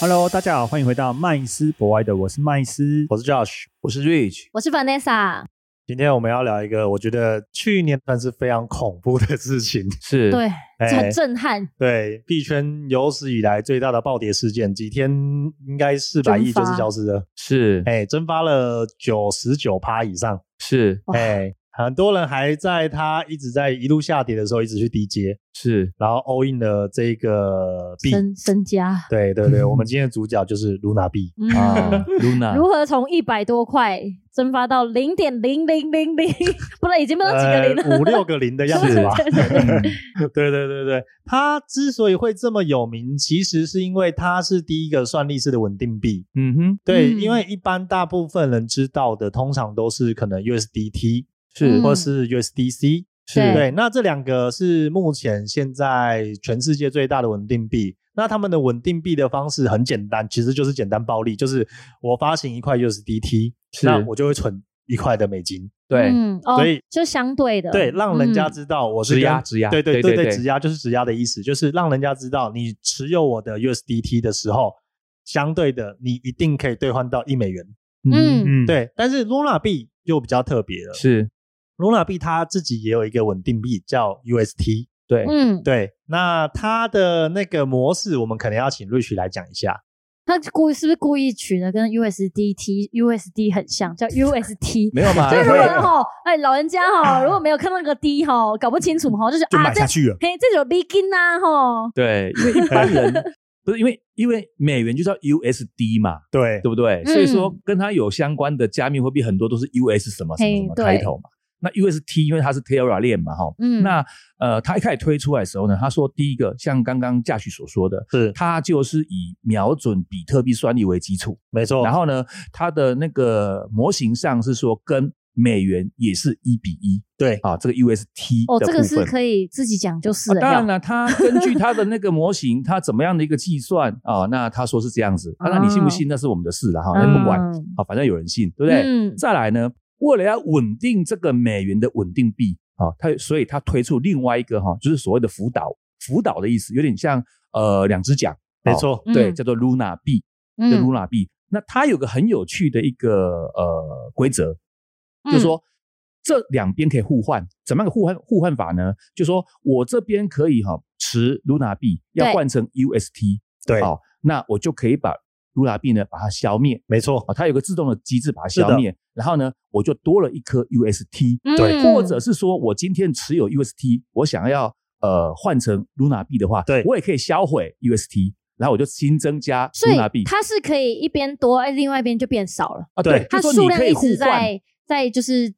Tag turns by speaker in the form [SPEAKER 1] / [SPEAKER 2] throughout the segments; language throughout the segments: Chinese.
[SPEAKER 1] Hello，大家好，欢迎回到麦斯博歪的，我是麦斯。
[SPEAKER 2] 我是 Josh，
[SPEAKER 3] 我是 Rich，
[SPEAKER 4] 我是 Vanessa，
[SPEAKER 2] 今天我们要聊一个我觉得去年算是非常恐怖的事 情，
[SPEAKER 3] 是，
[SPEAKER 4] 对，
[SPEAKER 2] 哎
[SPEAKER 4] 很震撼，
[SPEAKER 2] 对币圈有史以来最大的暴跌事件，几天应该四百亿
[SPEAKER 4] 蒸发
[SPEAKER 2] 就是消失了，
[SPEAKER 3] 是，
[SPEAKER 2] 哎，蒸发了九十九趴以上，
[SPEAKER 3] 是，
[SPEAKER 4] 哇
[SPEAKER 2] 哎，很多人还在它一直在一路下跌的时候一直去低接，
[SPEAKER 3] 是，
[SPEAKER 2] 然后 all in 了这个币，
[SPEAKER 4] 身身家，
[SPEAKER 2] 对对 对，我们今天的主角就是 Luna 币，
[SPEAKER 3] 啊
[SPEAKER 4] 嗯，如
[SPEAKER 3] ，Luna，
[SPEAKER 4] 何从一百多块蒸发到零点零零零零， 不对，已经不知道几个零了，
[SPEAKER 2] 呃五 六个零的样子吧。
[SPEAKER 4] 对对对
[SPEAKER 3] 嗯
[SPEAKER 2] 对对对对，它之所以会这么有名，其实是因为它是第一个算力式的稳定币。
[SPEAKER 3] 嗯哼，
[SPEAKER 2] 对，
[SPEAKER 4] 嗯
[SPEAKER 2] 因为一般大部分人知道的，通常都是可能 USDT
[SPEAKER 3] 是
[SPEAKER 4] 嗯
[SPEAKER 2] 或是 USDC、
[SPEAKER 4] 对
[SPEAKER 3] 是，
[SPEAKER 2] 对，那这两个是目前现在全世界最大的稳定币。那他们的稳定币的方式很简单，其实就是简单暴利，就是我发行一块 USDT，
[SPEAKER 3] 是
[SPEAKER 2] 那我就会存一块的美金，
[SPEAKER 3] 对，
[SPEAKER 4] 嗯，哦
[SPEAKER 2] 所以
[SPEAKER 4] 就相对的，
[SPEAKER 2] 对，让人家
[SPEAKER 4] 嗯
[SPEAKER 2] 知道我是
[SPEAKER 3] 质押，
[SPEAKER 2] 跟
[SPEAKER 3] 质押，
[SPEAKER 2] 对对
[SPEAKER 3] 对
[SPEAKER 2] 对
[SPEAKER 3] 对
[SPEAKER 2] 对，质押就是质押的意思，就是让人家知道你持有我的 USDT 的时候，相对的你一定可以兑换到一美元。
[SPEAKER 4] 嗯
[SPEAKER 3] 嗯，
[SPEAKER 2] 对，但是 Luna 币就比较特别了
[SPEAKER 3] 是，
[SPEAKER 2] ，Luna 币它自己也有一个稳定币叫 UST。
[SPEAKER 3] 对，
[SPEAKER 4] 嗯，
[SPEAKER 2] 对，那它的那个模式，我们可能要请瑞许来讲一下。
[SPEAKER 4] 他故意是不是故意取的跟 USDT USD 很像，叫 UST？
[SPEAKER 3] 没有 嘛
[SPEAKER 4] 所以如果
[SPEAKER 3] 会
[SPEAKER 2] 啊
[SPEAKER 3] 啊
[SPEAKER 4] 哈，哎，老人家哈，如果没有看到那个 D 哈，搞不清楚哈，就是
[SPEAKER 1] 就
[SPEAKER 4] 啊，
[SPEAKER 1] 买
[SPEAKER 4] 这
[SPEAKER 1] 下去了，
[SPEAKER 4] 嘿，这种 begin 啊哈，
[SPEAKER 3] 对，因为一般 人不是因为因为美元就叫 USD 嘛，
[SPEAKER 2] 对
[SPEAKER 3] 对不对？
[SPEAKER 4] 嗯
[SPEAKER 3] 所以说跟它有相关的加密货币很多都是 US 什么什么什么
[SPEAKER 4] 哎嘿对
[SPEAKER 3] 开头嘛。那 UST 因为它是 Terra 链嘛，哈，
[SPEAKER 4] 嗯，
[SPEAKER 3] 那呃，它一开始推出来的时候呢，他说第一个像刚刚驾许所说的，
[SPEAKER 2] 是
[SPEAKER 3] 它就是以瞄准比特币算力为基础，
[SPEAKER 2] 没错。
[SPEAKER 3] 然后呢，它的那个模型上是说跟美元也是一比一
[SPEAKER 2] 对
[SPEAKER 3] 啊，这个 UST
[SPEAKER 4] 哦，
[SPEAKER 3] 的
[SPEAKER 4] 这
[SPEAKER 3] 部
[SPEAKER 4] 个是
[SPEAKER 3] 分。
[SPEAKER 4] 可以自己讲就是
[SPEAKER 3] 啊、
[SPEAKER 4] 了，
[SPEAKER 3] 当然
[SPEAKER 4] 要
[SPEAKER 3] 了，它根据它的那个模型，它怎么样的一个计算啊？那他说是这样子，啊、那你信不信那是我们的事了哈，那不管
[SPEAKER 4] 嗯
[SPEAKER 3] 啊，反正有人信，对不对？
[SPEAKER 4] 嗯
[SPEAKER 3] 再来呢，为了要稳定这个美元的稳定币啊，它所以它推出另外一个哈、就是所谓的辅导，辅导的意思有点像呃两只脚，
[SPEAKER 2] 没错
[SPEAKER 3] 哦对，
[SPEAKER 4] 嗯
[SPEAKER 3] 叫做 Luna 币，叫
[SPEAKER 4] 嗯
[SPEAKER 3] Luna 币。那它有个很有趣的一个呃规则，
[SPEAKER 4] 嗯
[SPEAKER 3] 就是说这两边可以互换，怎么样个互换互换法呢？就说我这边可以哈、持 Luna 币要
[SPEAKER 4] 对
[SPEAKER 3] 换成 UST，
[SPEAKER 2] 对，
[SPEAKER 3] 好、那我就可以把 Luna 币呢把它消灭，
[SPEAKER 2] 没错
[SPEAKER 3] 啊，，它有个自动的机制把它消灭，然后呢，我就多了一颗 UST，、
[SPEAKER 2] 对
[SPEAKER 4] 嗯
[SPEAKER 3] 或者是说我今天持有 UST，我想要呃换成 Luna 币的话，
[SPEAKER 2] 对
[SPEAKER 3] 我也可以销毁 UST，然后我就新增加
[SPEAKER 4] 所以
[SPEAKER 3] Luna 币
[SPEAKER 4] 它是可以一边多，哎另外一边就变少了，
[SPEAKER 3] 啊，
[SPEAKER 2] 对
[SPEAKER 4] 它
[SPEAKER 3] 就说
[SPEAKER 4] 数
[SPEAKER 3] 你
[SPEAKER 4] 量
[SPEAKER 3] 可
[SPEAKER 4] 一
[SPEAKER 3] 以互
[SPEAKER 4] 直
[SPEAKER 3] 换。
[SPEAKER 4] 在在就是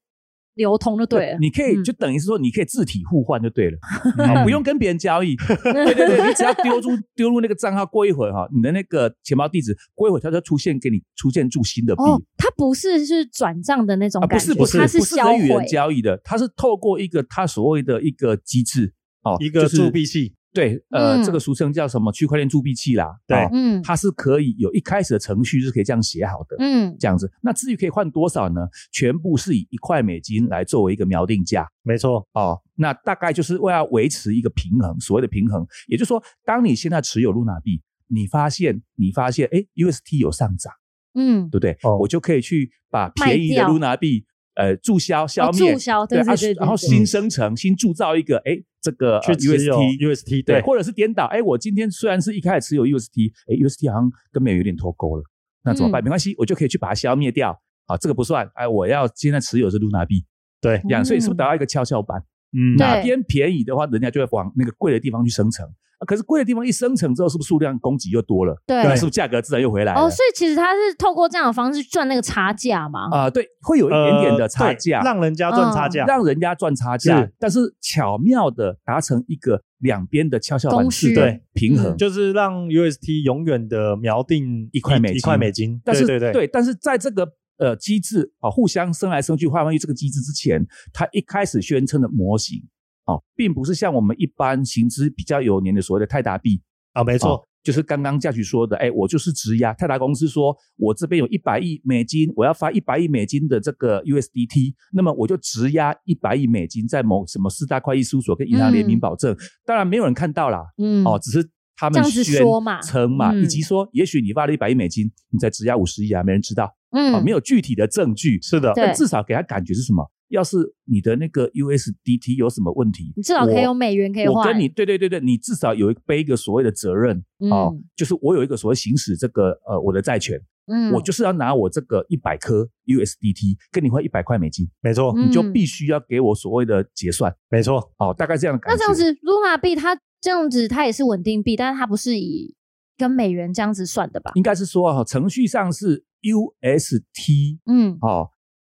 [SPEAKER 4] 流通就对了，
[SPEAKER 3] 你可以
[SPEAKER 4] 嗯
[SPEAKER 3] 就等于是说，你可以自体互换就 对了，
[SPEAKER 2] 嗯
[SPEAKER 3] 啊不用跟别人交易。对对对，你只要丢入丢入那个账号，过一会儿哈，你的那个钱包地址，过一会儿它就出现给你出现注新的币
[SPEAKER 4] 哦，它不是是转账的那种
[SPEAKER 3] 啊，
[SPEAKER 4] 感
[SPEAKER 3] 不
[SPEAKER 4] 觉，
[SPEAKER 3] 是不是
[SPEAKER 4] 它
[SPEAKER 3] 不是
[SPEAKER 4] 销
[SPEAKER 3] 人与
[SPEAKER 4] 毁
[SPEAKER 3] 人，交易的，它是透过一个它所谓的一个机制哦，
[SPEAKER 2] 一个
[SPEAKER 3] 就是
[SPEAKER 2] 铸币器，
[SPEAKER 3] 对，呃，
[SPEAKER 4] 嗯
[SPEAKER 3] 这个俗称叫什么区块链铸币器啦，
[SPEAKER 2] 对
[SPEAKER 3] 哦
[SPEAKER 4] 嗯
[SPEAKER 3] 它是可以有一开始的程序是可以这样写好的，
[SPEAKER 4] 嗯
[SPEAKER 3] 这样子。那至于可以换多少呢？全部是以一块美金来作为一个锚定价
[SPEAKER 2] 没错，
[SPEAKER 3] 哦，那大概就是为了维持一个平衡，所谓的平衡，也就是说，当你现在持有露娜币，你发现你发现哎，UST 有上涨。
[SPEAKER 4] 嗯，
[SPEAKER 3] 对不对？
[SPEAKER 2] 哦
[SPEAKER 3] 我就可以去把
[SPEAKER 4] 卖
[SPEAKER 3] 便宜的
[SPEAKER 4] 掉
[SPEAKER 3] Luna 币呃注销消
[SPEAKER 4] 哦
[SPEAKER 3] 灭，
[SPEAKER 4] 注销对
[SPEAKER 3] 啊
[SPEAKER 4] 对对对
[SPEAKER 3] 然后
[SPEAKER 4] 对
[SPEAKER 3] 新生成、新铸造一个哎这个
[SPEAKER 2] 去
[SPEAKER 3] 呃
[SPEAKER 2] 持有
[SPEAKER 3] UST。
[SPEAKER 2] UST，
[SPEAKER 3] 对，
[SPEAKER 2] 对，
[SPEAKER 3] 或者是颠倒，哎，我今天虽然是一开始持有 UST，哎，UST 好像跟美元有点脱钩了，那怎么办？
[SPEAKER 4] 嗯
[SPEAKER 3] 没关系，我就可以去把它消灭掉。啊，这个不算，哎，我要现在持有的是 Luna 币，
[SPEAKER 2] 对
[SPEAKER 3] 这样，所以是不是
[SPEAKER 4] 嗯
[SPEAKER 3] 得到一个跷跷板？
[SPEAKER 2] 嗯，
[SPEAKER 4] 对
[SPEAKER 3] 哪边便宜的话，人家就会往那个贵的地方去生成。啊可是贵的地方一生成之后，是不是数量供给又多了？
[SPEAKER 4] 对
[SPEAKER 3] 那是不是价格自然又回来了？
[SPEAKER 4] 哦，所以其实它是透过这样的方式赚那个差价嘛，
[SPEAKER 3] 啊、对，会有一点点的差
[SPEAKER 2] 呃对
[SPEAKER 3] 价，嗯
[SPEAKER 2] 让人家赚差价，
[SPEAKER 3] 让人家赚差价，
[SPEAKER 2] 是
[SPEAKER 3] 但是巧妙的达成一个两边的跷跷板
[SPEAKER 4] 供需
[SPEAKER 3] 式的
[SPEAKER 2] 对
[SPEAKER 3] 平衡。
[SPEAKER 4] 嗯
[SPEAKER 2] 就是让 UST 永远的锚定
[SPEAKER 3] 一块美金
[SPEAKER 2] 一块美金，
[SPEAKER 3] 但是
[SPEAKER 2] 对对
[SPEAKER 3] 但是在这个呃机制啊、互相生来生去换换去这个机制之前，它一开始宣称的模型哦，并不是像我们一般行之比较有年的所谓的泰达币，
[SPEAKER 2] 啊，没
[SPEAKER 4] 哦
[SPEAKER 2] 错，
[SPEAKER 3] 就是刚刚价局说的，哎，我就是质押泰达公司说，我这边有一百亿美金，我要发一百亿美金的这个 USDT，那么我就质押一百亿美金在某什么四大会计事务所跟银行联名保证，当然没有人看到啦，
[SPEAKER 4] 嗯，
[SPEAKER 3] 哦，只是他
[SPEAKER 4] 这
[SPEAKER 3] 们
[SPEAKER 4] 样子
[SPEAKER 3] 宣
[SPEAKER 4] 说嘛
[SPEAKER 3] 称嘛，
[SPEAKER 4] 嗯
[SPEAKER 3] 以及说，也许你发了一百亿美金，你才质押五十亿啊，没人知道啊，
[SPEAKER 4] 嗯，
[SPEAKER 3] 没有具体的证据，
[SPEAKER 2] 是的，
[SPEAKER 4] 对
[SPEAKER 3] 但至少给他感觉是什么？要是你的那个 USDT 有什么问题，
[SPEAKER 4] 你至少可以
[SPEAKER 3] 我
[SPEAKER 4] 用美元可以换。
[SPEAKER 3] 我跟你对对对对，你至少有一背一个所谓的责任
[SPEAKER 4] 嗯
[SPEAKER 3] 哦，就是我有一个所谓行使这个呃我的债权，
[SPEAKER 4] 嗯，
[SPEAKER 3] 我就是要拿我这个一百颗 USDT 跟你换一百块美金，
[SPEAKER 2] 没错，
[SPEAKER 4] 嗯
[SPEAKER 3] 你就必须要给我所谓的结算
[SPEAKER 2] 没错，
[SPEAKER 3] 哦，大概这样的感
[SPEAKER 4] 那
[SPEAKER 3] 觉。
[SPEAKER 4] 这样子，Luna 币它这样子，它也是稳定币，但是它不是以跟美元这样子算的吧？
[SPEAKER 3] 应该是说哈，程序上是 UST
[SPEAKER 4] 嗯
[SPEAKER 3] 哦，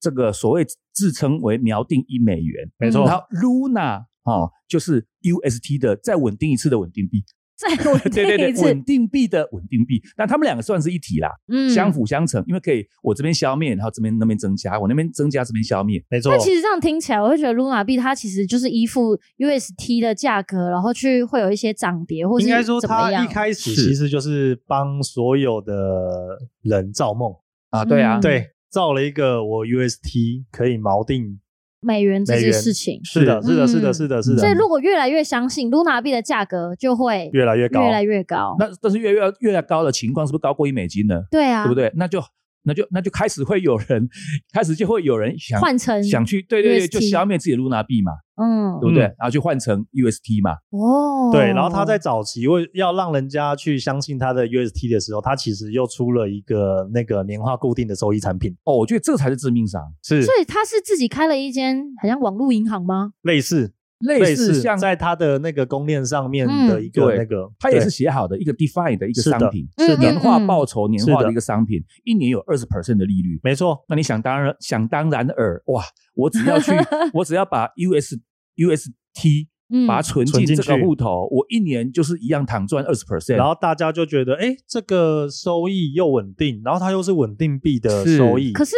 [SPEAKER 3] 这个所谓自称为锚定一美元，
[SPEAKER 2] 没
[SPEAKER 4] 嗯
[SPEAKER 2] 错，
[SPEAKER 3] 然后 Luna 哦就是 UST 的再稳定一次的稳定币，
[SPEAKER 4] 再稳定
[SPEAKER 3] 对对
[SPEAKER 4] 一
[SPEAKER 3] 对，
[SPEAKER 4] 次
[SPEAKER 3] 稳定币的稳定币，那他们两个算是一体啦。
[SPEAKER 4] 嗯
[SPEAKER 3] 相。辅相成，因为可以我这边消灭，然后这边那边增加，我那边增加这边消灭。
[SPEAKER 2] 没错
[SPEAKER 4] 那，其实这样听起来，我会觉得 Luna 币它其实就是依附 UST 的价格，然后去会有一些涨跌，或是
[SPEAKER 2] 应该说
[SPEAKER 4] 怎么
[SPEAKER 2] 他
[SPEAKER 4] 样
[SPEAKER 2] 一开始
[SPEAKER 3] 是
[SPEAKER 2] 其实就是帮所有的人造梦，
[SPEAKER 3] 啊
[SPEAKER 4] 对啊嗯
[SPEAKER 2] 对，造了一个我 UST 可以锚定，
[SPEAKER 4] 美元这
[SPEAKER 2] 美
[SPEAKER 4] 件
[SPEAKER 2] 元
[SPEAKER 4] 事情。
[SPEAKER 2] 是的，是的，是的，
[SPEAKER 4] 嗯
[SPEAKER 2] 是的，是的，
[SPEAKER 4] 所以如果越来越相信 Luna 币的价格，就会
[SPEAKER 2] 越来越高，
[SPEAKER 4] 越来越高。
[SPEAKER 3] 那但是越越越来高的情况，是不是高过一美金呢？
[SPEAKER 4] 对啊，
[SPEAKER 3] 对不对？那就那就那就开始会有人，开始就会有人想
[SPEAKER 4] 换成
[SPEAKER 3] 想去，对对对，
[SPEAKER 4] UST
[SPEAKER 3] 就消灭自己的 Luna 币嘛，
[SPEAKER 4] 嗯
[SPEAKER 3] 对不对？
[SPEAKER 2] 嗯
[SPEAKER 3] 然后就换成 UST 嘛，
[SPEAKER 4] 哦，
[SPEAKER 2] 对，然后他在早期为要让人家去相信他的 UST 的时候，他其实又出了一个那个年化固定的收益产品，
[SPEAKER 3] 哦，我觉得这才是致命伤，
[SPEAKER 2] 是
[SPEAKER 4] 所以他是自己开了一间好像网络银行吗？
[SPEAKER 2] 类似
[SPEAKER 3] 类似像
[SPEAKER 2] 在他的那个供链上面的一
[SPEAKER 3] 嗯
[SPEAKER 2] 个
[SPEAKER 3] 对
[SPEAKER 2] 那个，
[SPEAKER 3] 它也
[SPEAKER 2] 对
[SPEAKER 3] 是写好的一个 DeFi 的一个
[SPEAKER 2] 是的
[SPEAKER 3] 商品，
[SPEAKER 4] 是的
[SPEAKER 3] 年化
[SPEAKER 4] 嗯嗯嗯
[SPEAKER 3] 报酬年化
[SPEAKER 2] 是
[SPEAKER 3] 的
[SPEAKER 2] 的
[SPEAKER 3] 一个商品，一年有二十 percent 的利率，
[SPEAKER 2] 没错，
[SPEAKER 3] 那你想当然想当然尔哇！我只 要去，我只要把 US UST
[SPEAKER 4] 嗯，
[SPEAKER 3] 把它存
[SPEAKER 2] 存
[SPEAKER 3] 进
[SPEAKER 2] 进
[SPEAKER 3] 这个
[SPEAKER 2] 去
[SPEAKER 3] 户头，我一年就是一样躺赚二十 percent。
[SPEAKER 2] 然后大家就觉得，哎，这个收益又稳定，然后它又是稳定币的
[SPEAKER 3] 是
[SPEAKER 2] 收益，
[SPEAKER 4] 可是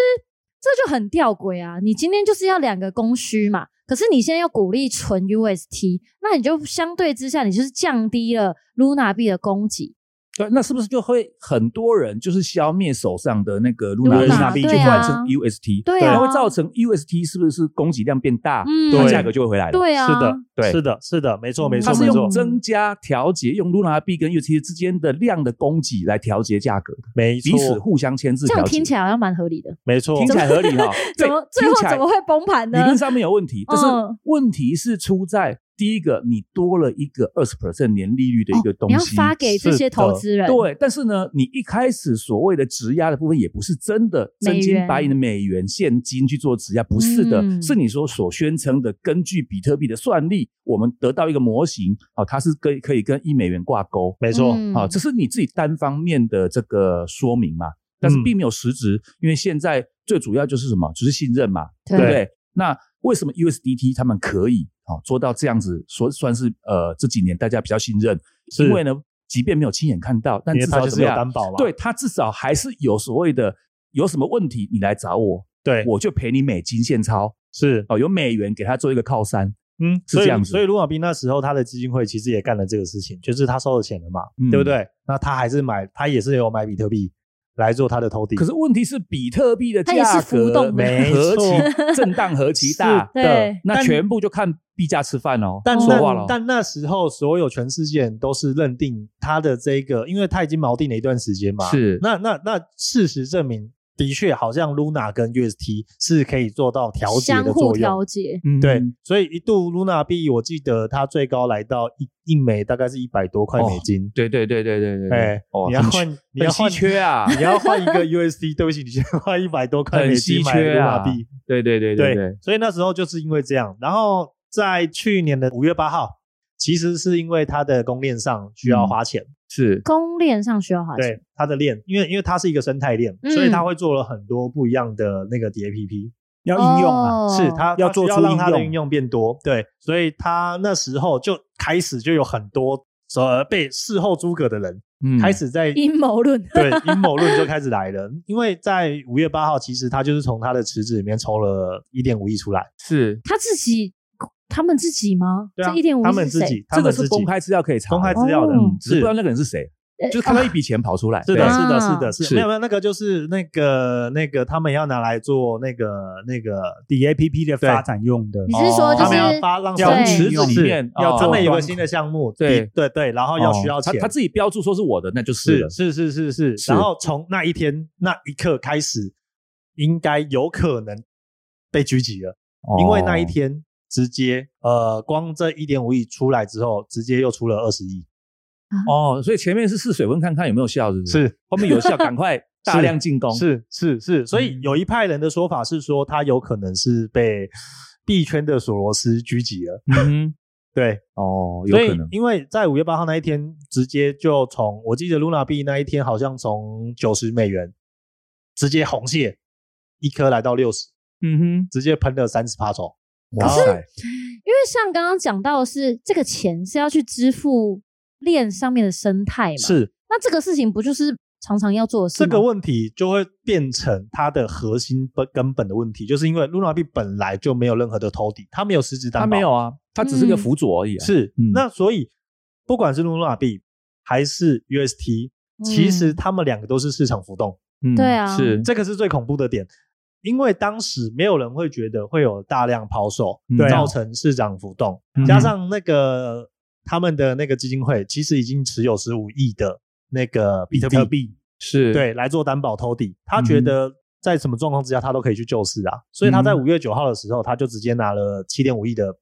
[SPEAKER 4] 这就很吊诡啊！你今天就是要两个供需嘛，可是你现在要鼓励纯 UST，那你就相对之下，你就是降低了 Luna 币的供给。
[SPEAKER 3] 对，那是不是就会很多人就是消灭手上的那个
[SPEAKER 4] Luna，
[SPEAKER 3] Luna 币，就
[SPEAKER 4] 对啊
[SPEAKER 3] 换成 UST，
[SPEAKER 4] 对啊
[SPEAKER 3] 它会造成 UST 是不是供给量变大，
[SPEAKER 4] 嗯
[SPEAKER 3] 它
[SPEAKER 2] 对
[SPEAKER 3] 价格就会回来了？
[SPEAKER 4] 对啊，
[SPEAKER 2] 是的，
[SPEAKER 3] 对嗯
[SPEAKER 2] 是的，是的，没错，没
[SPEAKER 3] 它
[SPEAKER 2] 错，
[SPEAKER 3] 是
[SPEAKER 2] 没
[SPEAKER 3] 用
[SPEAKER 2] 错，
[SPEAKER 3] 增加调节，用 Luna 币跟 UST 之间的量的供给来调节价格的，
[SPEAKER 2] 没
[SPEAKER 3] 彼此
[SPEAKER 2] 错，
[SPEAKER 3] 互相牵制
[SPEAKER 4] 这
[SPEAKER 3] 调
[SPEAKER 4] 样
[SPEAKER 3] 节
[SPEAKER 4] 听。起来好像蛮合理的。
[SPEAKER 2] 没错
[SPEAKER 3] 听，起来合理哈，对
[SPEAKER 4] 怎么最后
[SPEAKER 3] 听起来
[SPEAKER 4] 怎么会崩盘呢
[SPEAKER 3] 理论上没有问题，但是
[SPEAKER 4] 嗯
[SPEAKER 3] 问题是出在第一个，你多了一个二十 percent 年利率的一个东
[SPEAKER 4] 哦你要
[SPEAKER 3] 西。
[SPEAKER 4] 发给这些投资人，
[SPEAKER 3] 对，但是呢，你一开始所谓的质押的部分也不是真的
[SPEAKER 4] 美
[SPEAKER 3] 真
[SPEAKER 4] 元
[SPEAKER 3] 金白银的美元现金去做质押，不是的，
[SPEAKER 4] 嗯
[SPEAKER 3] 是你说所宣称的，根据比特币的算力，我们得到一个模型，哦，它是跟可以跟一美元挂钩，
[SPEAKER 2] 没错，
[SPEAKER 4] 嗯
[SPEAKER 3] 啊，这是你自己单方面的这个说明嘛，但是
[SPEAKER 2] 嗯
[SPEAKER 3] 并没有实质，因为现在最主要就是什么，就是信任嘛，
[SPEAKER 4] 对
[SPEAKER 3] 对不对？那为什么 USDT 他们可以哦做到这样子，说算是呃这几年大家比较信任，
[SPEAKER 2] 是
[SPEAKER 3] 因为呢，即便没有亲眼看到，但
[SPEAKER 2] 因为
[SPEAKER 3] 至
[SPEAKER 2] 它
[SPEAKER 3] 少
[SPEAKER 2] 就
[SPEAKER 3] 怎
[SPEAKER 2] 是有
[SPEAKER 3] 么样？
[SPEAKER 2] 担保嘛，啊
[SPEAKER 3] 对，它至少还是有所谓的有什么问题你来找我，
[SPEAKER 2] 对，
[SPEAKER 3] 我就赔你美金现钞
[SPEAKER 2] 是，
[SPEAKER 3] 哦，有美元给他做一个靠山，
[SPEAKER 2] 嗯，
[SPEAKER 3] 是
[SPEAKER 2] 所以
[SPEAKER 3] 这样子
[SPEAKER 2] 所以卢马斌那时候他的基金会其实也干了这个事情，就是他收了钱了嘛，
[SPEAKER 3] 嗯
[SPEAKER 2] 对不对？那他还是买，他也是有买比特币来做他的投递。
[SPEAKER 3] 可是问题是比特币的
[SPEAKER 4] 它也是
[SPEAKER 3] 价
[SPEAKER 4] 浮
[SPEAKER 3] 格
[SPEAKER 4] 动的
[SPEAKER 2] 没
[SPEAKER 3] 何
[SPEAKER 2] 错
[SPEAKER 3] 其震荡何其
[SPEAKER 2] 是
[SPEAKER 3] 大，
[SPEAKER 2] 的
[SPEAKER 4] 对
[SPEAKER 3] 那
[SPEAKER 2] 但
[SPEAKER 3] 全部就看币价吃饭哦。
[SPEAKER 2] 但
[SPEAKER 3] 说话了
[SPEAKER 2] 那
[SPEAKER 3] 哦，
[SPEAKER 2] 但那时候所有全世界人都是认定他的这个，因为他已经锚定了一段时间嘛。
[SPEAKER 3] 是
[SPEAKER 2] 那那那事实证明，的确好像 Luna 跟 UST 是可以做到调节
[SPEAKER 4] 相
[SPEAKER 2] 的
[SPEAKER 4] 互
[SPEAKER 2] 作用。
[SPEAKER 4] 调节，
[SPEAKER 3] 嗯
[SPEAKER 2] 对，所以一度 Luna 币，我记得它最高来到一一枚大概是一百多块美金。
[SPEAKER 3] 对对对对哦对对对，
[SPEAKER 2] 哎，
[SPEAKER 3] 哦
[SPEAKER 2] 你要
[SPEAKER 3] 很
[SPEAKER 2] 换，你要
[SPEAKER 3] 很稀
[SPEAKER 2] 换
[SPEAKER 3] 缺啊，
[SPEAKER 2] 你要换一个 USD，对不 起，你先花一百多块美
[SPEAKER 3] 很稀
[SPEAKER 2] 金买
[SPEAKER 3] 缺
[SPEAKER 2] 卢马
[SPEAKER 3] 啊
[SPEAKER 2] 币。，
[SPEAKER 3] 对对对对对，
[SPEAKER 2] 所以那时候就是因为这样，然后在去年的五月八号，其实是因为它的供链上需要花钱，
[SPEAKER 3] 是
[SPEAKER 4] 供链上需要花钱。
[SPEAKER 2] 对它的链，因为因为它是一个生态链，
[SPEAKER 4] 嗯
[SPEAKER 2] 所以它会做了很多不一样的那个 DAPP，
[SPEAKER 1] 要应用啊，
[SPEAKER 4] 哦
[SPEAKER 2] 是它
[SPEAKER 1] 要做
[SPEAKER 2] 需
[SPEAKER 1] 出
[SPEAKER 2] 让它
[SPEAKER 1] 应
[SPEAKER 2] 的
[SPEAKER 1] 用
[SPEAKER 2] 应用变多，对，所以它那时候就开始就有很多呃被事后诸葛的人
[SPEAKER 3] 嗯
[SPEAKER 2] 开始在
[SPEAKER 4] 阴谋论，
[SPEAKER 2] 对阴谋论就开始来了。因为在五月八号，其实他就是从他的池子里面抽了一点五亿出来，
[SPEAKER 3] 是
[SPEAKER 4] 他自己，他们自己吗？
[SPEAKER 2] 对啊
[SPEAKER 4] 这一点五
[SPEAKER 2] 他们自己，他
[SPEAKER 3] 这个
[SPEAKER 2] 们自己
[SPEAKER 3] 是公开资料可以查的，
[SPEAKER 2] 公开资料的
[SPEAKER 4] 哦，呃
[SPEAKER 3] 只是
[SPEAKER 2] 是
[SPEAKER 3] 不知道那个人是谁，就看到一笔钱跑出来，
[SPEAKER 2] 是
[SPEAKER 3] 对
[SPEAKER 2] 的，
[SPEAKER 4] 啊
[SPEAKER 2] 是的，是的，
[SPEAKER 3] 是
[SPEAKER 2] 是没有没有那个就是那个那个他们要拿来做那个那个
[SPEAKER 1] D A P P 的
[SPEAKER 2] 对
[SPEAKER 1] 发展用的
[SPEAKER 4] 你，是说
[SPEAKER 3] 哦
[SPEAKER 4] 就
[SPEAKER 2] 他
[SPEAKER 4] 是
[SPEAKER 2] 们要发让
[SPEAKER 1] 要
[SPEAKER 2] 小
[SPEAKER 1] 池子
[SPEAKER 3] 里面
[SPEAKER 2] 要
[SPEAKER 3] 哦
[SPEAKER 2] 他们有个新的项目，
[SPEAKER 3] 对哦
[SPEAKER 2] 对对对，然后要需要
[SPEAKER 3] 他
[SPEAKER 2] 钱，
[SPEAKER 3] 他自己标注说是我的，那就是
[SPEAKER 2] 是
[SPEAKER 3] 了。
[SPEAKER 2] 是是是是，
[SPEAKER 3] 是
[SPEAKER 2] 然后从那一天那一刻开始，应该有可能被狙击了，因为那一
[SPEAKER 3] 哦
[SPEAKER 2] 天直接呃，光这一点五亿出来之后，直接又出了二十亿，
[SPEAKER 3] 哦，所以前面是试水温，看看有没有效，是不是？后面有效，赶快大量进攻。
[SPEAKER 2] 是是是，所
[SPEAKER 3] 嗯
[SPEAKER 2] 以有一派人的说法是说，他有可能是被币圈的索罗斯狙击了，
[SPEAKER 3] 嗯哼，
[SPEAKER 2] 对，
[SPEAKER 3] 哦，有
[SPEAKER 2] 所
[SPEAKER 3] 可
[SPEAKER 2] 以
[SPEAKER 3] 能。
[SPEAKER 2] 因为在五月八号那一天，直接就从我记得 Luna 币那一天好像从九十美元直接红蟹一颗来到六十，
[SPEAKER 3] 嗯哼，
[SPEAKER 2] 直接喷了三十趴走。
[SPEAKER 3] 哇塞，
[SPEAKER 4] 因为像刚刚讲到的是这个钱是要去支付链上面的生态嘛，
[SPEAKER 2] 是
[SPEAKER 4] 那这个事情不就是常常要做的事
[SPEAKER 2] 这
[SPEAKER 4] 吗？
[SPEAKER 2] 个问题就会变成它的核心本根本的问题，就是因为 Luna 币本来就没有任何的托底，它没有实质担
[SPEAKER 3] 他
[SPEAKER 2] 保，
[SPEAKER 3] 没有啊，他只是一个辅佐而已啊。
[SPEAKER 2] 是，
[SPEAKER 3] 嗯
[SPEAKER 2] 那所以不管是 Luna 币还是 UST，
[SPEAKER 4] 嗯
[SPEAKER 2] 其实他们两个都是市场浮动，
[SPEAKER 3] 嗯
[SPEAKER 4] 对啊
[SPEAKER 3] 是
[SPEAKER 2] 这个是最恐怖的点。因为当时没有人会觉得会有大量抛售，
[SPEAKER 3] 嗯对啊
[SPEAKER 2] 造成市场浮动，
[SPEAKER 3] 嗯
[SPEAKER 2] 加上那个他们的那个基金会其实已经持有十五亿的那个比特币，
[SPEAKER 1] 币
[SPEAKER 3] 是，
[SPEAKER 2] 对，来做担保托底。
[SPEAKER 3] 嗯
[SPEAKER 2] 他觉得在什么状况之下，他都可以去救市啊。所以他在
[SPEAKER 3] 嗯
[SPEAKER 2] 五月九号的时候，他就直接拿了七点五亿的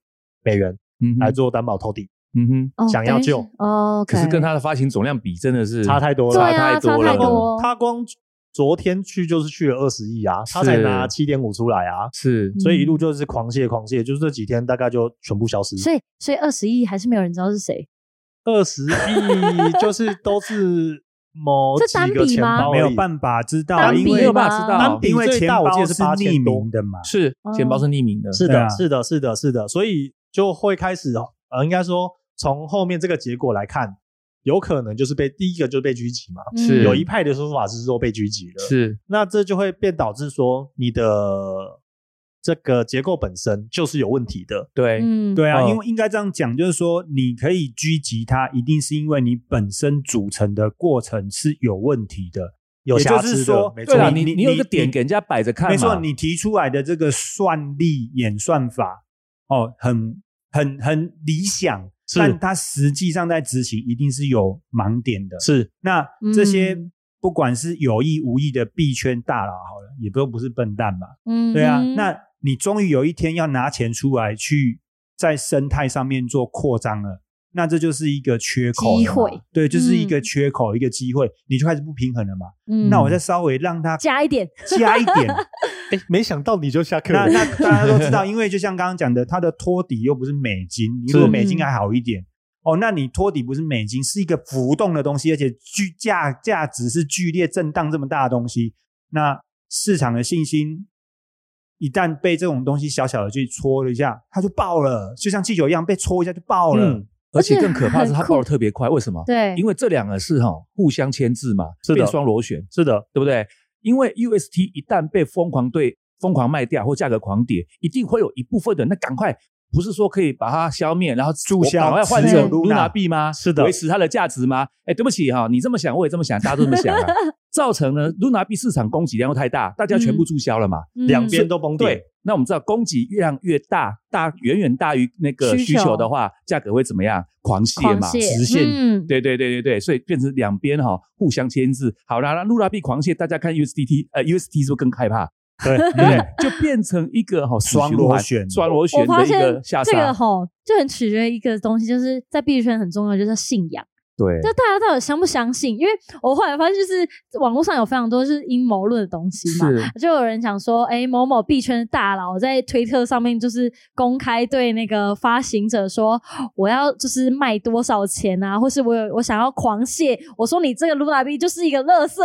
[SPEAKER 2] 美元
[SPEAKER 3] 嗯
[SPEAKER 2] 来
[SPEAKER 3] 哼，
[SPEAKER 2] 做担保托底，
[SPEAKER 3] 嗯哼。
[SPEAKER 4] 哦
[SPEAKER 2] 想要救
[SPEAKER 4] 等于是哦，
[SPEAKER 3] 可是
[SPEAKER 4] OK
[SPEAKER 3] 跟他的发行总量比，真的是
[SPEAKER 2] 差太多
[SPEAKER 4] 对
[SPEAKER 2] 了。
[SPEAKER 4] 啊
[SPEAKER 3] 差太多
[SPEAKER 4] 差太
[SPEAKER 3] 了，嗯
[SPEAKER 4] 多
[SPEAKER 2] 他光昨天去就是去了二十亿啊，他才
[SPEAKER 3] 是
[SPEAKER 2] 拿七点五出来啊，
[SPEAKER 3] 是
[SPEAKER 2] 所以一路就是狂泻狂泻，就是这几天大概就全部消失。
[SPEAKER 4] 所以所以二十亿还是没有人知道是谁，
[SPEAKER 2] 二十亿 就是都是某
[SPEAKER 4] 这
[SPEAKER 2] 几
[SPEAKER 4] 单
[SPEAKER 2] 个
[SPEAKER 4] 笔
[SPEAKER 2] 钱
[SPEAKER 4] 吗
[SPEAKER 2] 包而
[SPEAKER 1] 没有
[SPEAKER 2] 已
[SPEAKER 1] 办法知道，
[SPEAKER 4] 单
[SPEAKER 1] 因
[SPEAKER 4] 笔
[SPEAKER 3] 没
[SPEAKER 1] 为
[SPEAKER 3] 有办法知道，
[SPEAKER 2] 单笔
[SPEAKER 1] 因为
[SPEAKER 2] 最
[SPEAKER 1] 钱
[SPEAKER 2] 大我记
[SPEAKER 1] 包
[SPEAKER 2] 得是
[SPEAKER 1] 是
[SPEAKER 2] 8000
[SPEAKER 1] 匿
[SPEAKER 2] 多
[SPEAKER 1] 名的嘛，
[SPEAKER 3] 是
[SPEAKER 4] 哦
[SPEAKER 3] 钱包是匿名的，
[SPEAKER 2] 是
[SPEAKER 1] 对啊
[SPEAKER 2] 的，是的，是的，是的，所以就会开始呃，应该说从后面这个结果来看，有可能就是被第一个就是被狙击嘛。
[SPEAKER 4] 嗯
[SPEAKER 3] 是
[SPEAKER 2] 有一派的说法是说被狙击了，
[SPEAKER 3] 是
[SPEAKER 2] 那这就会变导致说你的这个结构本身就是有问题的，
[SPEAKER 3] 对，
[SPEAKER 4] 嗯，
[SPEAKER 1] 对啊，
[SPEAKER 2] 嗯
[SPEAKER 1] 因为应该这样讲，就是说你可以狙击它，一定是因为你本身组成的过程是有问题的。
[SPEAKER 2] 有
[SPEAKER 1] 也
[SPEAKER 2] 瑕
[SPEAKER 1] 就是
[SPEAKER 2] 疵
[SPEAKER 1] 说
[SPEAKER 2] 的，没错
[SPEAKER 3] 对啊，。
[SPEAKER 1] 你
[SPEAKER 3] 你
[SPEAKER 1] 你
[SPEAKER 3] 你有一个
[SPEAKER 1] 你
[SPEAKER 3] 点给人家摆着看嘛，
[SPEAKER 1] 没错，你提出来的这个算力演算法，哦，很很很理想，
[SPEAKER 2] 是
[SPEAKER 1] 但它实际上在执行一定是有盲点的。
[SPEAKER 2] 是
[SPEAKER 1] 那这些
[SPEAKER 4] 嗯
[SPEAKER 1] 不管是有意无意的币圈大佬，好了，也都不是笨蛋嘛。
[SPEAKER 4] 嗯
[SPEAKER 1] 对啊，
[SPEAKER 4] 哼
[SPEAKER 1] 那你终于有一天要拿钱出来去在生态上面做扩张了，那这就是一个缺口了嘛
[SPEAKER 4] 机会，
[SPEAKER 1] 对，就是一个
[SPEAKER 4] 嗯
[SPEAKER 1] 缺口，一个机会，你就开始不平衡了嘛。
[SPEAKER 4] 嗯
[SPEAKER 1] 那我再稍微让它
[SPEAKER 4] 加一点，
[SPEAKER 1] 加一点，
[SPEAKER 2] 哎，没想到你就下课
[SPEAKER 1] 那
[SPEAKER 2] 了，
[SPEAKER 1] 那大家都知道，因为就像刚刚讲的，它的托底又不是美金，你如果
[SPEAKER 2] 是
[SPEAKER 1] 美金还好一点。哦，那你托底不是美金，是一个浮动的东西，而且巨价价值是剧烈震荡这么大的东西，那市场的信心一旦被这种东西小小的去戳了一下，它就爆了，就像气球一样被戳一下就爆了。
[SPEAKER 2] 嗯
[SPEAKER 3] 而且更可怕的是它
[SPEAKER 4] 而且很酷
[SPEAKER 3] 爆的特别快，为什么？
[SPEAKER 4] 对，
[SPEAKER 3] 因为这两个是哈互相牵制嘛，
[SPEAKER 2] 是的
[SPEAKER 3] 变双螺旋，
[SPEAKER 2] 是的，
[SPEAKER 3] 对不对？因为 UST 一旦被疯狂对疯狂卖掉或价格狂跌，一定会有一部分人那赶快。不是说可以把它消灭，然后
[SPEAKER 1] 注销
[SPEAKER 3] 赶快换
[SPEAKER 4] 持有
[SPEAKER 3] 成
[SPEAKER 1] Luna
[SPEAKER 3] Luna 币吗？
[SPEAKER 2] 是的
[SPEAKER 3] 维持它的价值吗？哎，对不起哈、你这么想，我也这么想，大家都这么想啊，造成呢 Luna 币市场供给量又太大，大家全部注销了嘛。
[SPEAKER 4] 嗯
[SPEAKER 2] 两边都崩
[SPEAKER 3] 对
[SPEAKER 2] 点，，
[SPEAKER 3] 那我们知道供给量越大，大远远大于那个
[SPEAKER 4] 需
[SPEAKER 3] 需求
[SPEAKER 4] 求
[SPEAKER 3] 的话，价格会怎么样？狂泻
[SPEAKER 4] 狂
[SPEAKER 3] 嘛，
[SPEAKER 4] 泻
[SPEAKER 3] 直线
[SPEAKER 4] 嗯
[SPEAKER 3] 对对对对对，所以变成两边哈、互相牵制。好啦，那路拉币狂泻，大家看 USDT，呃 UST 是不是更害怕？
[SPEAKER 2] 对
[SPEAKER 3] 对不对？ 就变成一个哈、死
[SPEAKER 1] 双
[SPEAKER 3] 循
[SPEAKER 1] 螺
[SPEAKER 3] 环
[SPEAKER 1] 旋
[SPEAKER 3] 双螺
[SPEAKER 4] 我
[SPEAKER 3] 旋
[SPEAKER 4] 发
[SPEAKER 3] 的一
[SPEAKER 4] 现
[SPEAKER 3] 个下
[SPEAKER 4] 这个
[SPEAKER 3] 杀。
[SPEAKER 4] 吼就很取决于一个东西，就是在币圈很重要，就是信仰。
[SPEAKER 3] 对
[SPEAKER 4] 就大家到底相不相信？因为我后来发现，就是网络上有非常多就是阴谋论的东西嘛。
[SPEAKER 3] 是
[SPEAKER 4] 就有人讲说，哎、某某币圈的大佬在推特上面就是公开对那个发行者说，我要就是卖多少钱啊，或是我有我想要狂泻，我说你这个 Luna 币就是一个垃圾，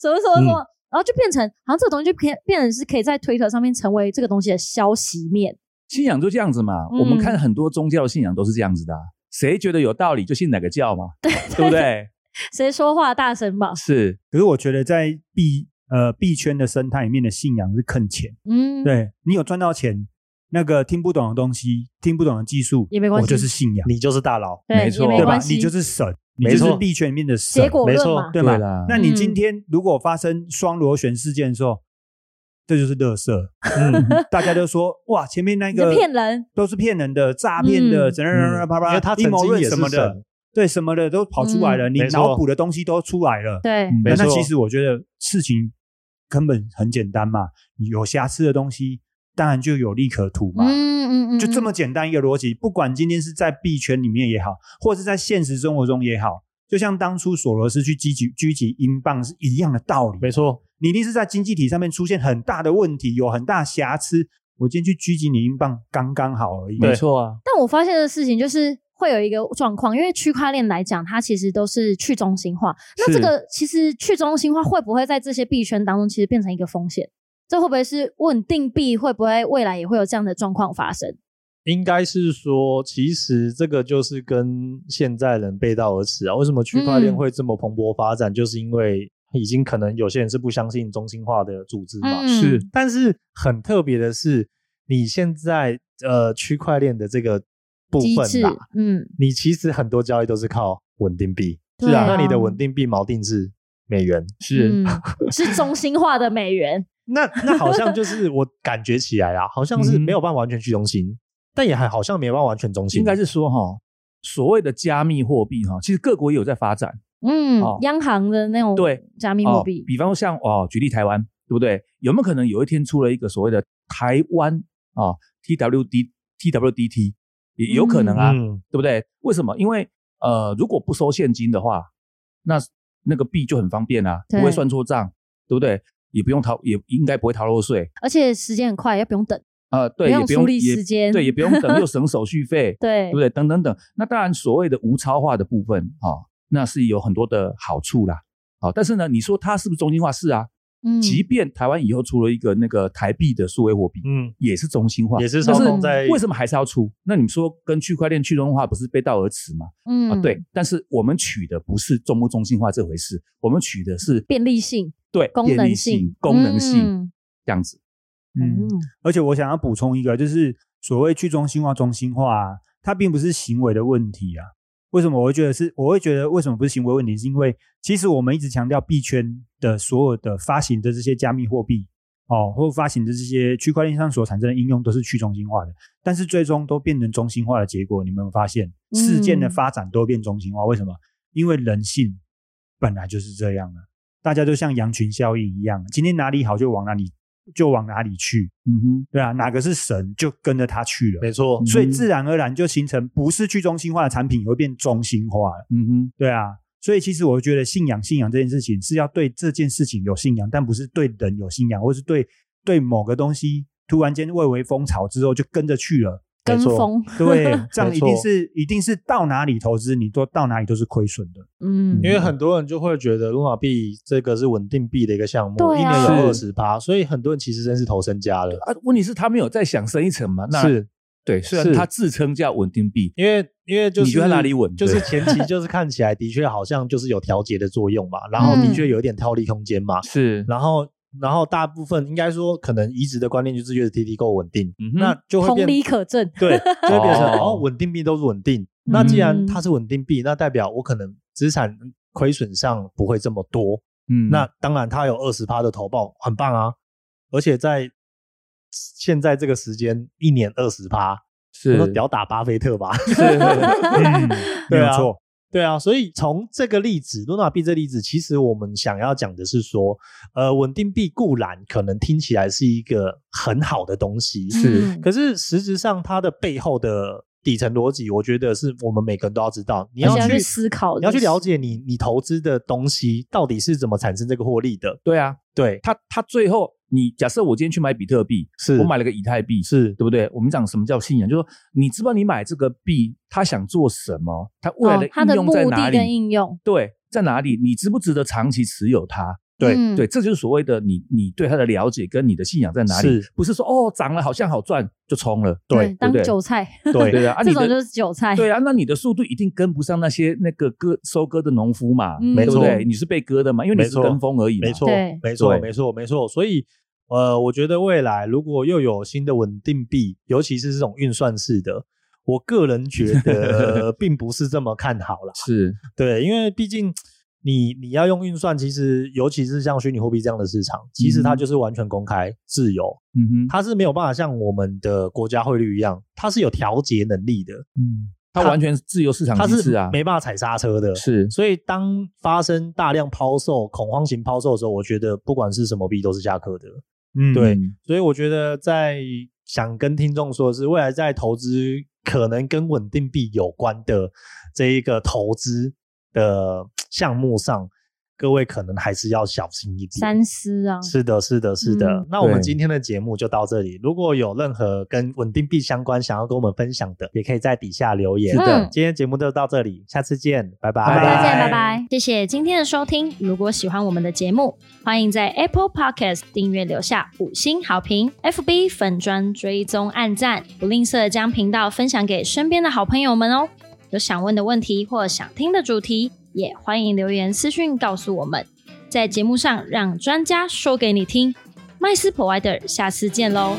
[SPEAKER 4] 什么什么什
[SPEAKER 1] 嗯
[SPEAKER 4] 么，然后就变成好像这个东西就变变成是可以在推特上面成为这个东西的消息面，
[SPEAKER 3] 信仰就这样子嘛。
[SPEAKER 4] 嗯
[SPEAKER 3] 我们看很多宗教信仰都是这样子的啊、谁觉得有道理就信哪个教嘛，对不对？
[SPEAKER 4] 谁说话大声吧？
[SPEAKER 3] 是
[SPEAKER 1] 可是我觉得在币呃币圈的生态里面的信仰是坑钱，
[SPEAKER 4] 嗯，，
[SPEAKER 1] 对你有赚到钱，那个听不懂的东西、听不懂的技术
[SPEAKER 4] 也没关系
[SPEAKER 1] 我就是信仰，
[SPEAKER 2] 你就是大佬，
[SPEAKER 4] 对，
[SPEAKER 3] 没错
[SPEAKER 4] 也没
[SPEAKER 1] 哦对吧
[SPEAKER 4] 关？系，
[SPEAKER 1] 你就是神，你
[SPEAKER 2] 没
[SPEAKER 1] 就
[SPEAKER 2] 错
[SPEAKER 1] 是币圈里面的神，
[SPEAKER 4] 结果
[SPEAKER 2] 没
[SPEAKER 4] 论
[SPEAKER 2] 错
[SPEAKER 4] 嘛，
[SPEAKER 1] 对吗？
[SPEAKER 3] 啦
[SPEAKER 1] 那你
[SPEAKER 4] 嗯
[SPEAKER 1] 今天如果发生双螺旋事件的时候，这就是乐色，大家都说哇，前面那
[SPEAKER 4] 你就
[SPEAKER 1] 个
[SPEAKER 4] 骗人，
[SPEAKER 1] 都是骗人的、诈骗的，
[SPEAKER 4] 嗯
[SPEAKER 1] 怎样怎样怎样啪
[SPEAKER 2] 因
[SPEAKER 1] 啪
[SPEAKER 2] 为他
[SPEAKER 1] 阴
[SPEAKER 2] 曾
[SPEAKER 1] 谋
[SPEAKER 2] 经
[SPEAKER 1] 论
[SPEAKER 2] 也
[SPEAKER 1] 什
[SPEAKER 2] 是
[SPEAKER 1] 么的
[SPEAKER 2] 神，，
[SPEAKER 1] 对什么的都跑出来了，你
[SPEAKER 2] 没错
[SPEAKER 1] 脑补的东西都出来了。
[SPEAKER 4] 对，
[SPEAKER 2] 没
[SPEAKER 1] 那那
[SPEAKER 2] 错
[SPEAKER 1] 其实我觉得事情根本很简单嘛，有瑕疵的东西当然就有利可图嘛。
[SPEAKER 4] 嗯嗯嗯，
[SPEAKER 1] 就这
[SPEAKER 4] 嗯
[SPEAKER 1] 么简单一个逻辑，不管今天是在币圈里面也好，或是在现实生活中也好，就像当初索罗斯去狙击狙击英镑是一样的道理。
[SPEAKER 2] 没错，
[SPEAKER 1] 你一定是在经济体上面出现很大的问题，有很大瑕疵。我今天去狙击你英镑刚刚好而已。
[SPEAKER 3] 没错啊，
[SPEAKER 4] 但我发现的事情就是会有一个状况，因为区块链来讲，它其实都是去中心化。那这
[SPEAKER 3] 是
[SPEAKER 4] 个其实去中心化会不会在这些币圈当中，其实变成一个风险？这会不会是稳定币？会不会未来也会有这样的状况发生？
[SPEAKER 2] 应该是说，其实这个就是跟现在人背道而驰啊。为什么区块链
[SPEAKER 4] 嗯
[SPEAKER 2] 会这么蓬勃发展？就是因为已经可能有些人是不相信中心化的组织嘛。
[SPEAKER 4] 嗯是
[SPEAKER 2] 但是很特别的是，你现在呃区块链的这个部
[SPEAKER 4] 机
[SPEAKER 2] 分
[SPEAKER 4] 制
[SPEAKER 2] 啦，，
[SPEAKER 4] 嗯，
[SPEAKER 2] 你其实很多交易都是靠稳定币，
[SPEAKER 4] 对啊
[SPEAKER 2] 那你的稳定币锚定是美元，
[SPEAKER 3] 是
[SPEAKER 4] 嗯、是中心化的美元，
[SPEAKER 2] 那那好像就是我感觉起来啊，好像
[SPEAKER 3] 嗯
[SPEAKER 2] 是没有办法完全去中心，但也还好像没有办法完全中心，
[SPEAKER 3] 应该是说哈，所谓的加密货币哈，其实各国也有在发展。
[SPEAKER 4] 嗯，
[SPEAKER 3] 哦
[SPEAKER 4] 央行的那种
[SPEAKER 3] 对
[SPEAKER 4] 加密
[SPEAKER 3] 哦
[SPEAKER 4] 货，币，
[SPEAKER 3] 比方说像哦，举例台湾，对不对？有没有可能有一天出了一个所谓的台湾啊 TWD TWDT，也有可能啊，
[SPEAKER 2] 嗯，
[SPEAKER 3] 对不对？为什么？因为呃，如果不收现金的话，那那个币就很方便啊，
[SPEAKER 4] 对
[SPEAKER 3] 不会算错账，对不对？也不用逃，也应该不会逃漏税。
[SPEAKER 4] 而且时间很快，也不用等，
[SPEAKER 3] 呃，对，
[SPEAKER 4] 不用
[SPEAKER 3] 也不
[SPEAKER 4] 处
[SPEAKER 3] 用
[SPEAKER 4] 理
[SPEAKER 3] 也
[SPEAKER 4] 时间
[SPEAKER 3] 对，也不用等，又省手续费，
[SPEAKER 4] 对
[SPEAKER 3] 对不对？等等等。那当然，所谓的无超化的部分啊、哦，那是有很多的好处啦。好、但是呢，你说它是不是中心化？是啊，
[SPEAKER 4] 嗯，
[SPEAKER 3] 即便台湾以后出了一个那个台币的数位货币，
[SPEAKER 2] 嗯，
[SPEAKER 3] 也是中心化，
[SPEAKER 2] 也是
[SPEAKER 3] 但
[SPEAKER 2] 双
[SPEAKER 3] 是
[SPEAKER 2] 方在
[SPEAKER 3] 为什么还是要出？那你说跟区块链去中心化不是背道而驰吗？
[SPEAKER 4] 嗯、
[SPEAKER 3] 啊，对。但是我们取的不是中不中心化这回事，我们取的是
[SPEAKER 4] 便利性、
[SPEAKER 3] 对
[SPEAKER 4] 功
[SPEAKER 3] 便
[SPEAKER 4] 能
[SPEAKER 3] 利
[SPEAKER 4] 性嗯
[SPEAKER 3] 性、、功能性这样子。
[SPEAKER 1] 嗯，而且我想要补充一个，就是所谓去中心化、中心化、啊，它并不是行为的问题啊。为什么我会觉得是？我会觉得为什么不是行为问题？是因为其实我们一直强调币圈的所有的发行的这些加密货币哦，或发行的这些区块链上所产生的应用都是去中心化的，但是最终都变成中心化的结果。你们有没有发现事件的
[SPEAKER 4] 嗯
[SPEAKER 1] 发展都变中心化？为什么？因为人性本来就是这样啊的、大家都像羊群效应一样，今天哪里好就往哪里就往哪里去。
[SPEAKER 3] 嗯哼，
[SPEAKER 1] 对啊，哪个是神就跟着他去了，
[SPEAKER 2] 没
[SPEAKER 3] 嗯
[SPEAKER 2] 错，嗯
[SPEAKER 1] 所以自然而然就形成不是去中心化的产品，也会变中心化了。
[SPEAKER 3] 嗯哼，
[SPEAKER 1] 对啊，所以其实我觉得信仰信仰这件事情是要对这件事情有信仰，但不是对人有信仰，或是对对某个东西突然间蔚为风潮之后就跟着去了。
[SPEAKER 4] 跟
[SPEAKER 2] 没错
[SPEAKER 4] 风，
[SPEAKER 1] 对，这样
[SPEAKER 2] 没
[SPEAKER 1] 一
[SPEAKER 2] 错
[SPEAKER 1] 定是一定是到哪里投资，你都到哪里都是亏损的。
[SPEAKER 4] 嗯，
[SPEAKER 2] 因为很多人就会觉得卢马币这个是稳定币的一个项目，
[SPEAKER 4] 对
[SPEAKER 2] 一
[SPEAKER 4] 啊
[SPEAKER 2] 年有二
[SPEAKER 3] 是
[SPEAKER 2] 十趴，所以很多人其实真是投身家了。
[SPEAKER 3] 啊，问题是他没有再想深一层嘛？那
[SPEAKER 2] 是
[SPEAKER 3] 对，虽然
[SPEAKER 2] 是
[SPEAKER 3] 他自称叫稳定币，
[SPEAKER 2] 因为因为就是
[SPEAKER 3] 你觉得哪里稳
[SPEAKER 2] 就是
[SPEAKER 3] 对
[SPEAKER 2] 前期就是看起来的确好像就是有调节的作用嘛，然后
[SPEAKER 3] 嗯
[SPEAKER 2] 的确有一点套利空间嘛，
[SPEAKER 3] 是
[SPEAKER 2] 然后然后大部分应该说可能移植的观念就是越是 TT 够稳定，
[SPEAKER 3] 嗯哼
[SPEAKER 2] 那就会
[SPEAKER 4] 同
[SPEAKER 2] 变
[SPEAKER 4] 理可证，
[SPEAKER 2] 对，就会变成
[SPEAKER 3] 哦
[SPEAKER 2] 哦，稳定币都是稳定。那既然
[SPEAKER 4] 嗯
[SPEAKER 2] 它是稳定币，那代表我可能资产亏损上不会这么多。
[SPEAKER 3] 嗯
[SPEAKER 2] 那当然，它有二十趴的投报，很棒啊！而且在现在这个时间，一年二十趴，我
[SPEAKER 3] 是
[SPEAKER 2] 说 屌打巴菲特吧？
[SPEAKER 1] 嗯，没
[SPEAKER 2] 对
[SPEAKER 1] 有
[SPEAKER 2] 啊
[SPEAKER 1] 错，
[SPEAKER 2] 对啊，所以从这个例子，卢娜币这例子，其实我们想要讲的是说，呃，稳定币固然可能听起来是一个很好的东西，
[SPEAKER 3] 是
[SPEAKER 4] 嗯
[SPEAKER 2] 可是实质上它的背后的底层逻辑，我觉得是我们每个人都要知道。你
[SPEAKER 4] 而
[SPEAKER 2] 要
[SPEAKER 4] 且要
[SPEAKER 2] 去
[SPEAKER 4] 去思考的
[SPEAKER 2] 你要去
[SPEAKER 4] 是
[SPEAKER 2] 了解你你投资的东西到底是怎么产生这个获利的。
[SPEAKER 3] 对啊，
[SPEAKER 2] 对，
[SPEAKER 3] 他他最后你假设我今天去买比特币，
[SPEAKER 2] 是
[SPEAKER 3] 我买了个以太币，
[SPEAKER 2] 是
[SPEAKER 3] 对不对？我们讲什么叫信仰，就是说你知不知道你买这个币，它想做什么，它未来
[SPEAKER 4] 哦，它
[SPEAKER 3] 的
[SPEAKER 4] 的
[SPEAKER 3] 应用在
[SPEAKER 4] 目
[SPEAKER 3] 哪
[SPEAKER 4] 的
[SPEAKER 3] 里？
[SPEAKER 4] 跟应用，
[SPEAKER 3] 对，在哪里？你值不值得长期持有它？
[SPEAKER 2] 对
[SPEAKER 4] 嗯
[SPEAKER 3] 对，这就是所谓的你你对它的了解跟你的信仰在哪里
[SPEAKER 2] 是，
[SPEAKER 3] 不是说哦涨了好像好赚就冲了，
[SPEAKER 2] 对
[SPEAKER 4] 当
[SPEAKER 3] 对不对
[SPEAKER 4] 韭菜，
[SPEAKER 3] 对
[SPEAKER 2] 对
[SPEAKER 3] 的啊，
[SPEAKER 4] 这
[SPEAKER 3] 你
[SPEAKER 4] 种
[SPEAKER 3] 的
[SPEAKER 4] 就是韭菜。
[SPEAKER 3] 对啊，那你的速度一定跟不上那些那个割收割的农夫嘛，
[SPEAKER 4] 嗯
[SPEAKER 3] 对不
[SPEAKER 2] 没错
[SPEAKER 3] 对？你是被割的嘛，因为你
[SPEAKER 2] 没
[SPEAKER 3] 是
[SPEAKER 2] 错
[SPEAKER 3] 跟风而已嘛，
[SPEAKER 2] 没错
[SPEAKER 4] 对，
[SPEAKER 2] 没错，
[SPEAKER 3] 对
[SPEAKER 2] 没错，没错。所以，呃，我觉得未来如果又有新的稳定币，尤其是这种运算式的，我个人觉得、呃并不是这么看好啦。
[SPEAKER 3] 是
[SPEAKER 2] 对，因为毕竟你你要用运算，其实尤其是像虚拟货币这样的市场，其实它就是完全公开、自由，
[SPEAKER 3] 嗯哼，
[SPEAKER 2] 它是没有办法像我们的国家汇率一样，它是有调节能力的，
[SPEAKER 3] 嗯，它完全是自由市场
[SPEAKER 2] 它
[SPEAKER 3] 机制
[SPEAKER 2] 是
[SPEAKER 3] 啊，
[SPEAKER 2] 没办法踩刹车的。
[SPEAKER 3] 是
[SPEAKER 2] 所以，当发生大量抛售、恐慌型抛售的时候，我觉得不管是什么币都是下课的。
[SPEAKER 1] 嗯，
[SPEAKER 2] 对
[SPEAKER 3] 嗯
[SPEAKER 2] 所以我觉得在想跟听众说的是，未来在投资可能跟稳定币有关的这一个投资的项目上，各位可能还是要小心一点。
[SPEAKER 4] 三思啊，
[SPEAKER 2] 是的，是的，是的。
[SPEAKER 4] 嗯
[SPEAKER 2] 那我们
[SPEAKER 3] 对
[SPEAKER 2] 今天的节目就到这里。如果有任何跟稳定币相关想要跟我们分享的，也可以在底下留言。
[SPEAKER 4] 是的嗯
[SPEAKER 2] 今天节目就到这里，下次见，拜拜，
[SPEAKER 3] 拜
[SPEAKER 4] 再见，拜
[SPEAKER 1] 拜
[SPEAKER 4] 拜，谢谢今天的收听。如果喜欢我们的节目，欢迎在 Apple Podcast 订阅留下五星好评，FB 粉砖追踪按赞，不吝啬将频道分享给身边的好朋友们哦。有想问的问题或想听的主题，也欢迎留言私讯告诉我们，在节目上让专家说给你听。麦斯 Provider，下次见喽，